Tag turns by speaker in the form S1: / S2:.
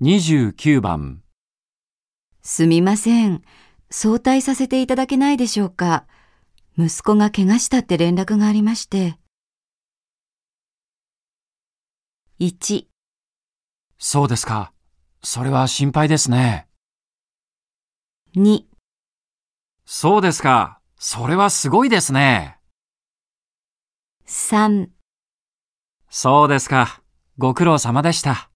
S1: 29番
S2: すみません。早退させていただけないでしょうか。息子が怪我したって連絡がありまして。1、
S1: そうですか。それは心配ですね。
S2: 2、
S1: そうですか。それはすごいですね。
S2: 3
S1: そうですか。ご苦労様でした。